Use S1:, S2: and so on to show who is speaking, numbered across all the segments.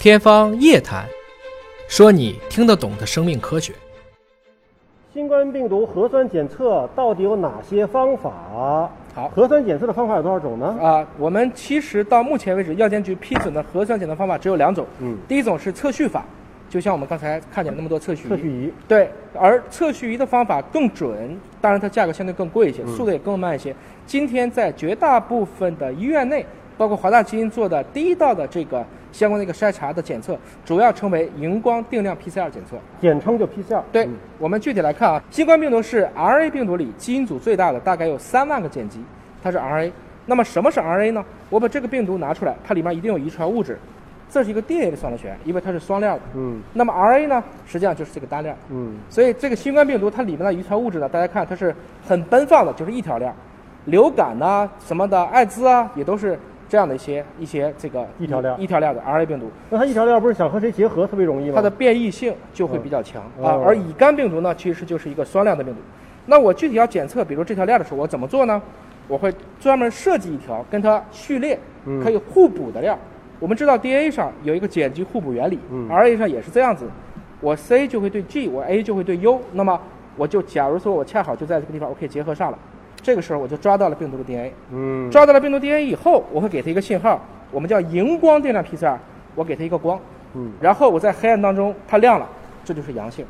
S1: 天方夜谭，说你听得懂的生命科学。
S2: 新冠病毒核酸检测到底有哪些方法？
S3: 好
S2: 核酸检测的方法有多少种呢？
S3: 啊、我们其实到目前为止，药监局批准的核酸检测方法只有两种。
S2: 嗯
S3: 第一种是测序法，就像我们刚才看见那么多测序仪。
S2: 测序仪，
S3: 对，而测序仪的方法更准，当然它价格相对更贵一些，速度也更慢一些。今天在绝大部分的医院内，包括华大基因做的第一道的这个相关的一个筛查的检测，主要称为荧光定量 PCR 检测。
S2: 简称就 PCR。
S3: 对、
S2: 嗯
S3: 我们具体来看啊，新冠病毒是 RNA 病毒里基因组最大的，大概有三万个碱基，它是 RNA。那么什么是 RNA 呢？我把这个病毒拿出来，它里面一定有遗传物质，这是一个 DNA 的双螺旋，因为它是双链的。
S2: 嗯
S3: 那么 RNA 呢，实际上就是这个单链。
S2: 嗯，
S3: 所以这个新冠病毒它里面的遗传物质呢，大家看它是很奔放的，就是一条链儿。流感呐、什么的，艾滋啊，也都是这样的一些一些这个
S2: 一条链儿
S3: 一条链儿的 RNA 病毒。
S2: 那它一条链不是想和谁结合特别容易吗？
S3: 它的变异性就会比较强
S2: 嗯
S3: 啊
S2: 哦。
S3: 而乙肝病毒呢，其实就是一个双链的病毒。那我具体要检测，比如这条链的时候，我怎么做呢？我会专门设计一条跟它序列
S2: 嗯
S3: 可以互补的链儿。我们知道 DNA 上有一个碱基互补原理
S2: 嗯
S3: ，RNA 上也是这样子。我 C 就会对 G，我 A 就会对 U。那么我就假如说我恰好就在这个地方，我可以结合上了。这个时候我就抓到了病毒的 DNA。
S2: 嗯，
S3: 抓到了病毒 DNA 以后，我会给它一个信号，我们叫荧光定量 PCR，我给它一个光，
S2: 嗯
S3: 然后我在黑暗当中它亮了，这就是阳性。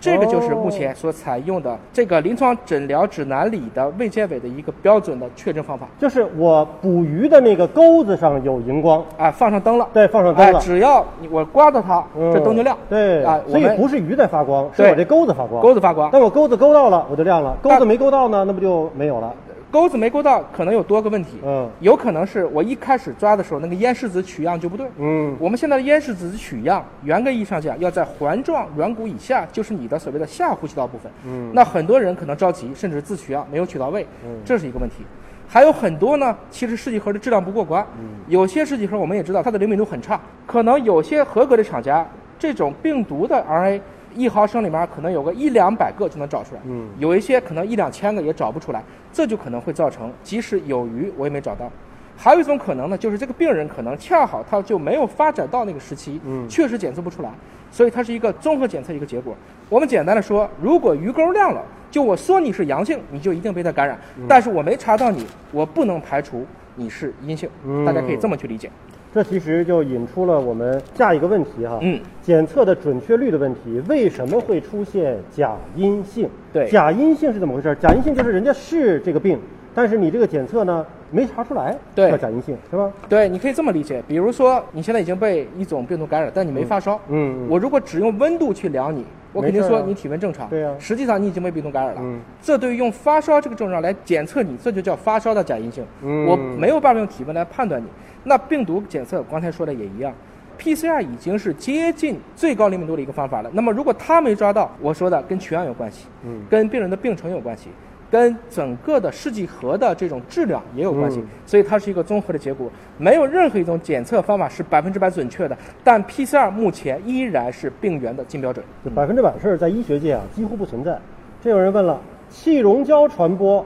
S3: 这个就是
S2: 哦
S3: 目前所采用的这个临床诊疗指南里的卫健委的一个标准的确诊方法
S2: 就是我捕鱼的那个钩子上有荧光，
S3: 啊，放上灯了，
S2: 对，放上灯
S3: 哎，
S2: 了，
S3: 只要你我刮到它，
S2: 嗯
S3: 这灯就亮。
S2: 对，
S3: 啊，
S2: 所以
S3: 我们
S2: 不是鱼在发光，是
S3: 对
S2: 我这钩子发光。
S3: 钩子发光，
S2: 但我钩子钩到了，我就亮了；钩子
S3: 但
S2: 没钩到呢，那不就没有了？
S3: 钩子没勾到，可能有多个问题。
S2: 嗯
S3: 有可能是我一开始抓的时候那个咽拭子取样就不对。
S2: 嗯
S3: 我们现在的咽拭子取样，严格意义上讲，要在环状软骨以下，就是你的所谓的下呼吸道部分。
S2: 嗯
S3: 那很多人可能着急，甚至自取样没有取到位，这是一个问题。还有很多呢，其实试剂盒的质量不过关。
S2: 嗯
S3: 有些试剂盒我们也知道它的灵敏度很差，可能有些合格的厂家，这种病毒的 RNA 一毫升里面可能有个一两百个就能找出来。
S2: 嗯
S3: 有一些可能一两千个也找不出来，这就可能会造成即使有余我也没找到。还有一种可能呢，就是这个病人可能恰好他就没有发展到那个时期，
S2: 嗯
S3: 确实检测不出来，所以它是一个综合检测一个结果。我们简单的说，如果鱼钩亮了，就我说你是阳性，你就一定被它感染，
S2: 嗯
S3: 但是我没查到你，我不能排除你是阴性，
S2: 嗯
S3: 大家可以这么去理解。
S2: 这其实就引出了我们下一个问题哈，
S3: 嗯，
S2: 检测的准确率的问题，为什么会出现假阴性？
S3: 对
S2: 假阴性是怎么回事？假阴性就是人家是这个病，但是你这个检测呢没查出来，
S3: 对
S2: 叫假阴性是吧？
S3: 对，你可以这么理解，比如说你现在已经被一种病毒感染，但你没发烧，
S2: 嗯嗯嗯
S3: 我如果只用温度去量你，我肯定
S2: 没事儿啊
S3: 说你体温正常，
S2: 对啊
S3: 实际上你已经被病毒感染了，
S2: 嗯
S3: 这对于用发烧这个症状来检测你，这就叫发烧的假阴性，
S2: 嗯
S3: 我没有办法用体温来判断你。那病毒检测刚才说的也一样。PCR 已经是接近最高灵敏度的一个方法了。那么，如果它没抓到，我说的跟取样有关系，
S2: 嗯
S3: 跟病人的病程有关系，跟整个的试剂盒的这种质量也有关系。
S2: 嗯
S3: 所以它是一个综合的结果，没有任何一种检测方法是百分之百准确的。但 PCR 目前依然是病原的金标准。
S2: 就百分之百事儿在医学界啊几乎不存在。这有人问了，气溶胶传播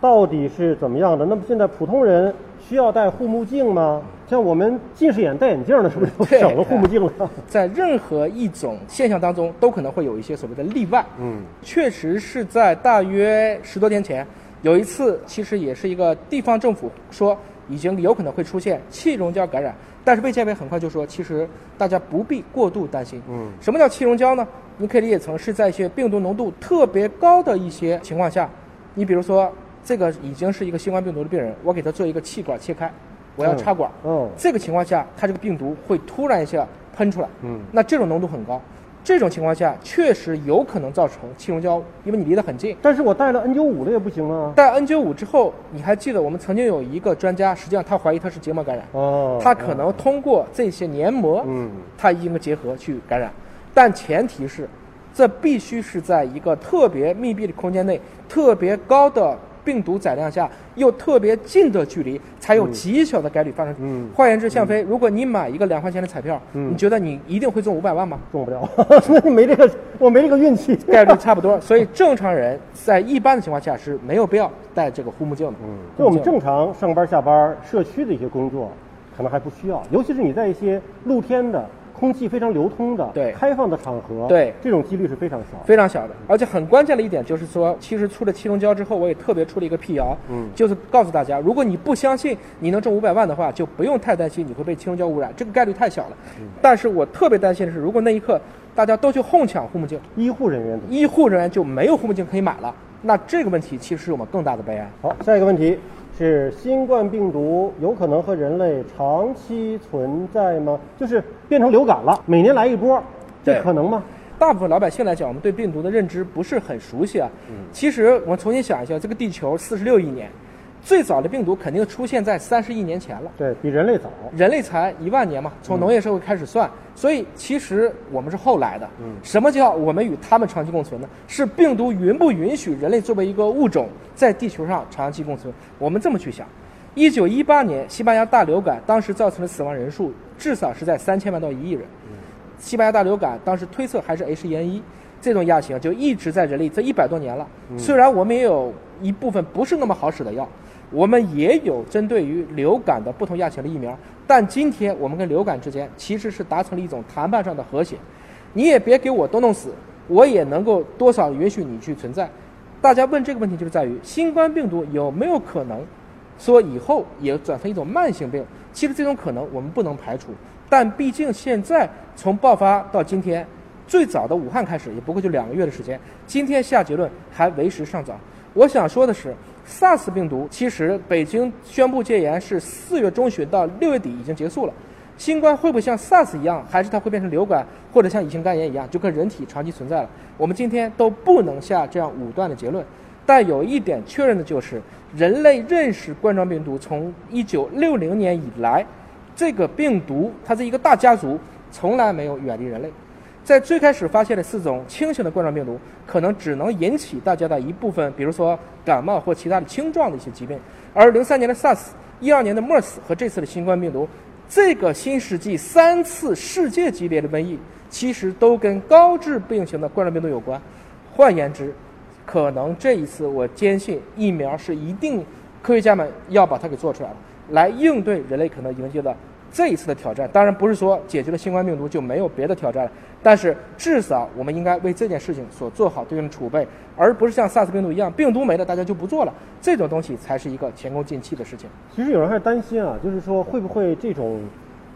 S2: 到底是怎么样的？那么现在普通人需要戴护目镜吗？像我们近视眼戴眼镜的，是不是就
S3: 对
S2: 省了护目镜 了？
S3: 在任何一种现象当中，都可能会有一些所谓的例外。
S2: 嗯，
S3: 确实是在大约十多年前，有一次，其实也是一个地方政府说已经有可能会出现气溶胶感染，但是卫健委很快就说，其实大家不必过度担心。
S2: 嗯
S3: 什么叫气溶胶呢？你可以理解成是在一些病毒浓度特别高的一些情况下，你比如说这个已经是一个新冠病毒的病人，我给他做一个气管切开，我要插管，
S2: 嗯嗯
S3: 这个情况下，它这个病毒会突然一下喷出来，
S2: 嗯
S3: 那这种浓度很高，这种情况下确实有可能造成气溶胶，因为你离得很近。
S2: 但是我戴了 N95 的也不行啊。
S3: 戴 N95 之后，你还记得我们曾经有一个专家，实际上他怀疑他是结膜感染，
S2: 哦，
S3: 他可能通过这些黏膜，
S2: 嗯，
S3: 它一个结合去感染，但前提是，这必须是在一个特别密闭的空间内，特别高的病毒载量下，又特别近的距离，才有极小的概率发生。
S2: 嗯
S3: 换言之，向飞，如果你买一个两块钱的彩票，
S2: 嗯
S3: 你觉得你一定会中五百万吗？
S2: 中不了， 那你没这个，我没这个运气。
S3: 概 率差不多，所以正常人在一般的情况下是没有必要戴这个护目镜的。嗯
S2: 就我们正常上班下班、社区的一些工作，可能还不需要，尤其是你在一些露天的、空气非常流通的、
S3: 对
S2: 开放的场合，
S3: 对
S2: 这种几率是非常少。
S3: 非常小的，而且很关键的一点就是说，其实出了七龙胶之后，我也特别出了一个辟谣，
S2: 嗯
S3: 就是告诉大家，如果你不相信你能挣五百万的话，就不用太担心你会被七龙胶污染，这个概率太小了。但是我特别担心的是，如果那一刻大家都去哄抢护目镜，
S2: 医护人员的
S3: 医护人员就没有护目镜可以买了，那这个问题其实是我们更大的悲哀。
S2: 好，下一个问题是新冠病毒有可能和人类长期存在吗？就是变成流感了，每年来一波，这
S3: 对
S2: 可能吗？
S3: 大部分老百姓来讲，我们对病毒的认知不是很熟悉啊。其实我们重新想一下，这个地球四十六亿年，最早的病毒肯定出现在三十亿年前了。
S2: 对比人类早，
S3: 人类才一万年嘛，从农业社会开始算，所以其实我们是后来的。什么叫我们与他们长期共存呢？是病毒允不允许人类作为一个物种在地球上长期共存？我们这么去想：一九一八年西班牙大流感，当时造成的死亡人数至少是在三千万到一亿人。西班牙大流感当时推测还是 H 1 N 1这种亚型就一直在人类这一百多年了。虽然我们也有一部分不是那么好使的药，我们也有针对于流感的不同亚型的疫苗，但今天我们跟流感之间其实是达成了一种谈判上的和谐。你也别给我都弄死，我也能够多少允许你去存在。大家问这个问题就是在于新冠病毒有没有可能说以后也转成一种慢性病？其实这种可能我们不能排除，但毕竟现在从爆发到今天，最早的武汉开始也不过就两个月的时间，今天下结论还为时尚早。我想说的是，SARS 病毒其实北京宣布戒严是四月中旬到六月底已经结束了。新冠会不会像 SARS 一样，还是它会变成流感，或者像乙型肝炎一样，就跟人体长期存在了？我们今天都不能下这样武断的结论。但有一点确认的就是，人类认识冠状病毒从1960年以来，这个病毒它是一个大家族，从来没有远离人类。在最开始发现的四种轻型的冠状病毒，可能只能引起大家的一部分，比如说感冒或其他的轻状的一些疾病。而零三年的 SARS、一二年的 MERS 和这次的新冠病毒，这个新世纪三次世界级别的瘟疫，其实都跟高致病型的冠状病毒有关。换言之，可能这一次我坚信疫苗是一定科学家们要把它给做出来了，来应对人类可能迎接的这一次的挑战。当然不是说解决了新冠病毒就没有别的挑战了，但是至少我们应该为这件事情所做好对应的储备，而不是像 SARS 病毒一样，病毒没了大家就不做了，这种东西才是一个前功尽弃的事情。
S2: 其实有人还担心啊，就是说会不会这种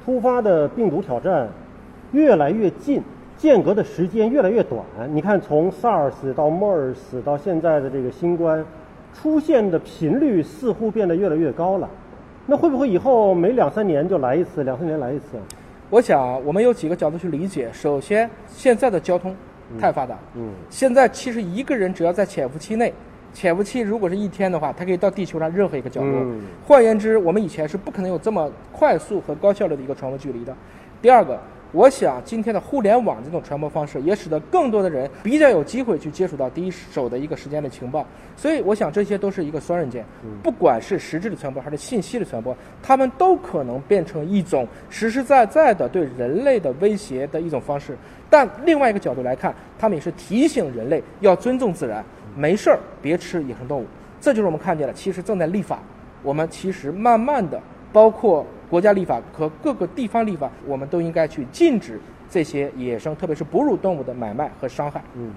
S2: 突发的病毒挑战越来越近，间隔的时间越来越短？你看，从 SARS 到 MERS 到现在的这个新冠，出现的频率似乎变得越来越高了。那会不会以后每两三年就来一次，两三年来一次？
S3: 我想我们有几个角度去理解。首先，现在的交通太发达，
S2: 嗯
S3: 现在其实一个人只要在潜伏期内，潜伏期如果是一天的话，他可以到地球上任何一个角落。
S2: 嗯
S3: 换言之，我们以前是不可能有这么快速和高效率的一个传播距离的。第二个，我想今天的互联网这种传播方式，也使得更多的人比较有机会去接触到第一手的一个时间的情报。所以，我想这些都是一个双刃剑，不管是实质的传播还是信息的传播，它们都可能变成一种实实在在的对人类的威胁的一种方式。但另外一个角度来看，他们也是提醒人类要尊重自然，没事儿别吃野生动物。这就是我们看见了，其实正在立法，我们其实慢慢的，包括国家立法和各个地方立法，我们都应该去禁止这些野生，特别是哺乳动物的买卖和伤害。
S2: 嗯，